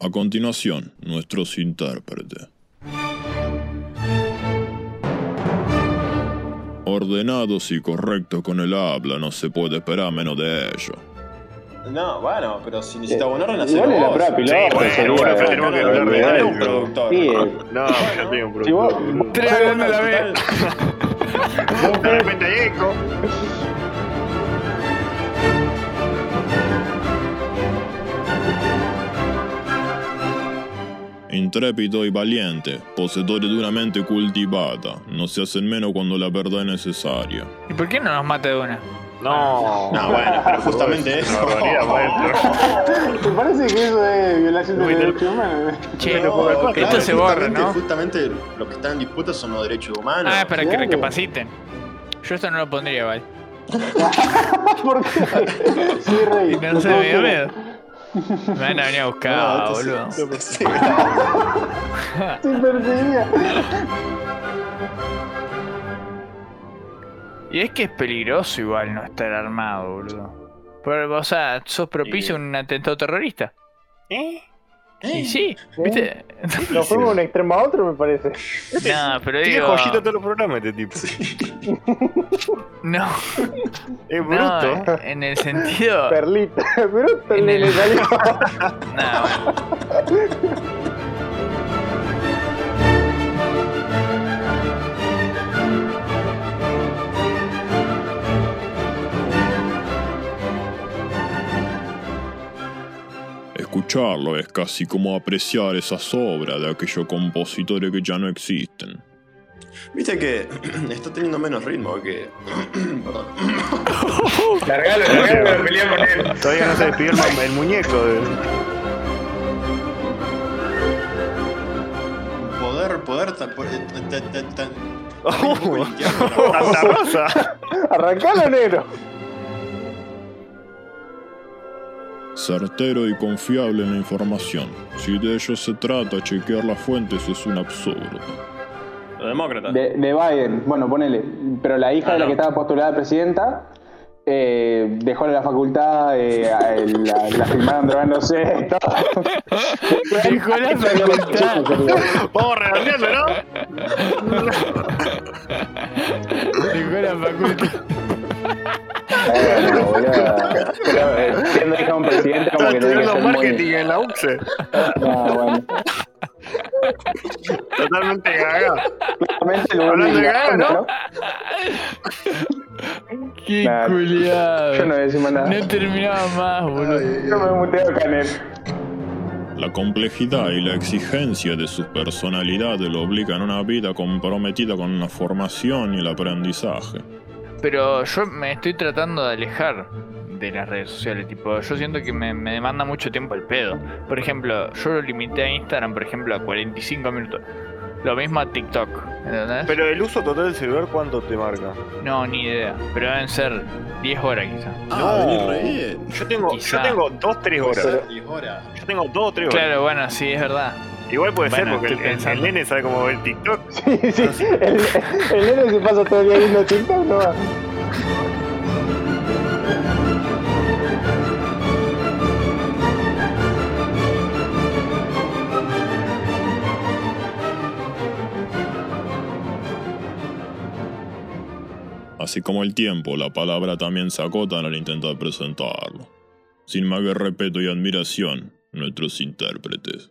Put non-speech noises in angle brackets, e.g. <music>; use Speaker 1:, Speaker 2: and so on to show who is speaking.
Speaker 1: A continuación, nuestros intérpretes. Ordenados y correctos con el habla, no se puede esperar menos de ellos.
Speaker 2: No, bueno, pero si necesita
Speaker 3: Eh,
Speaker 2: buen orden, hacelo
Speaker 3: Igual es la
Speaker 2: vos.
Speaker 3: propia
Speaker 4: Sí,
Speaker 3: piloto.
Speaker 4: bueno,
Speaker 3: sería-
Speaker 4: bueno, tenemos que hablar de
Speaker 3: Igual,
Speaker 4: algo,
Speaker 3: eh,
Speaker 2: productor.
Speaker 3: Sí,
Speaker 4: No, ya tengo un
Speaker 3: si vos,
Speaker 4: productor.
Speaker 5: Tres
Speaker 2: Bueno,
Speaker 5: hablando a la
Speaker 2: total,
Speaker 5: vez.
Speaker 3: vos
Speaker 4: De
Speaker 3: crees-
Speaker 4: repente hay eco.
Speaker 1: Intrépido y valiente, poseedores de una mente cultivada, no se hacen menos cuando la verdad es necesaria.
Speaker 5: ¿Y por qué no nos mata de una?
Speaker 4: No.
Speaker 2: No, bueno, pero
Speaker 4: <laughs>
Speaker 2: justamente eso.
Speaker 4: barbaridad, <laughs> maestro.
Speaker 3: ¿Te parece que eso es violación de los
Speaker 4: Bueno.
Speaker 3: derechos humanos? <laughs>
Speaker 5: Che,
Speaker 2: No,
Speaker 5: esto
Speaker 2: claro,
Speaker 5: se borra,
Speaker 2: justamente-
Speaker 5: ¿no?
Speaker 2: Justamente lo que está en disputa son los derechos humanos.
Speaker 5: Ah, es para que
Speaker 3: claro.
Speaker 5: recapaciten. Yo esto no lo pondría, ¿vale?
Speaker 3: ¿Por qué? Sí, rey.
Speaker 5: No se
Speaker 3: lo
Speaker 5: me dio
Speaker 3: tengo.
Speaker 5: miedo. Me van a venir a buscar,
Speaker 2: No, esto
Speaker 5: boludo.
Speaker 2: sí- no pensé que era-
Speaker 3: Te perseguía.
Speaker 5: Y es que es peligroso igual no estar armado, boludo. Pero, o sea, sos propicio a un atentado terrorista. ¿Eh? Y sí, <laughs> ¿viste?
Speaker 3: Nos fuimos de un extremo a otro, me parece.
Speaker 5: no, pero
Speaker 4: Tiene
Speaker 5: digo.
Speaker 4: joyita todos los programas este tipo.
Speaker 5: No,
Speaker 4: Es bruto.
Speaker 5: no, en
Speaker 3: <laughs>
Speaker 5: el sentido.
Speaker 3: Perlita. Pero
Speaker 5: En
Speaker 3: también
Speaker 5: el-
Speaker 3: le
Speaker 5: <laughs>
Speaker 3: salió.
Speaker 5: No, bueno.
Speaker 1: Escucharlo es casi como apreciar esas obras de aquellos compositores que ya no existen.
Speaker 2: Viste que <clears throat> está teniendo menos ritmo que. <clears throat> Perdón. <coughs>
Speaker 6: Largalo, largalo, pero pelea con él.
Speaker 4: Todavía no se despidió el, mu- el muñeco. <laughs> de-
Speaker 2: Poder, poder. ta- por- eh, ta- ta-
Speaker 5: <laughs>
Speaker 2: ta-
Speaker 4: Oh.
Speaker 2: ta-
Speaker 4: Santa <laughs> Rosa.
Speaker 3: Arrancalo, negro.
Speaker 1: Certero y confiable en la información. Si de ello se trata, chequear las fuentes es un absurdo.
Speaker 2: Los demócratas.
Speaker 3: De, de Biden, bueno, ponele. Pero la hija
Speaker 2: Ah,
Speaker 3: de la
Speaker 2: no.
Speaker 3: que estaba postulada presidenta eh, dejó la facultad, eh, a- la, la filmaron drogándose, <laughs> todo.
Speaker 5: Dejó la facultad.
Speaker 4: Vamos a redondearlo, ¿no? <laughs>
Speaker 5: Dejó la facultad.
Speaker 3: Bueno, boludo. Pero eh, siendo hija de un presidente, como
Speaker 4: Estaba
Speaker 3: que tiene que
Speaker 4: estudiando
Speaker 3: ser
Speaker 4: marketing
Speaker 3: muy.
Speaker 4: en la UCE.
Speaker 3: No, bueno.
Speaker 4: Totalmente gaga.
Speaker 3: Claramente lo
Speaker 4: Hablando
Speaker 3: único-
Speaker 4: de gaga, ¿no?
Speaker 5: Qué
Speaker 3: Nah,
Speaker 5: culiado.
Speaker 3: Yo no voy a decir más nada.
Speaker 5: No terminaba más, boludo.
Speaker 3: Yo me muteo con él.
Speaker 1: La complejidad y la exigencia de sus personalidades lo obligan a una vida comprometida con la formación y el aprendizaje.
Speaker 5: Pero yo me estoy tratando de alejar de las redes sociales. Tipo, yo siento que me, me demanda mucho tiempo el pedo. Por ejemplo, yo lo limité a Instagram, por ejemplo, a 45 minutos. Lo mismo a TikTok, ¿entendés?
Speaker 4: Pero el uso total del celular, ¿cuánto te marca?
Speaker 5: No, ni idea. Pero deben ser 10 horas quizás.
Speaker 2: Ah,
Speaker 4: No.
Speaker 2: venir reír.
Speaker 4: Yo tengo, yo
Speaker 5: Quizá.
Speaker 4: tengo dos, tres horas.
Speaker 2: Diez horas.
Speaker 4: Yo tengo dos o tres horas.
Speaker 5: Claro, bueno, sí, es verdad.
Speaker 4: Igual puede ser
Speaker 5: Bueno,
Speaker 4: porque el,
Speaker 5: estoy
Speaker 4: el,
Speaker 5: pensando.
Speaker 4: nene sabe cómo ver el TikTok.
Speaker 3: Sí, sí. El, el nene se pasa todo el día viendo TikTok, no va.
Speaker 1: Así como el tiempo, la palabra también se acotan al intentar presentarlo. Sin más que respeto y admiración, nuestros intérpretes.